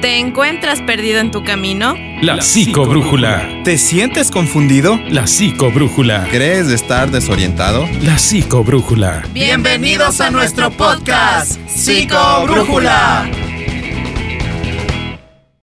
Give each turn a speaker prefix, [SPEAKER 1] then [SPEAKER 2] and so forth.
[SPEAKER 1] ¿Te encuentras perdido en tu camino?
[SPEAKER 2] La psicobrújula.
[SPEAKER 3] ¿Te sientes confundido?
[SPEAKER 2] La psicobrújula.
[SPEAKER 4] ¿Crees estar desorientado?
[SPEAKER 2] La psicobrújula.
[SPEAKER 5] Bienvenidos a nuestro podcast, Psicobrújula.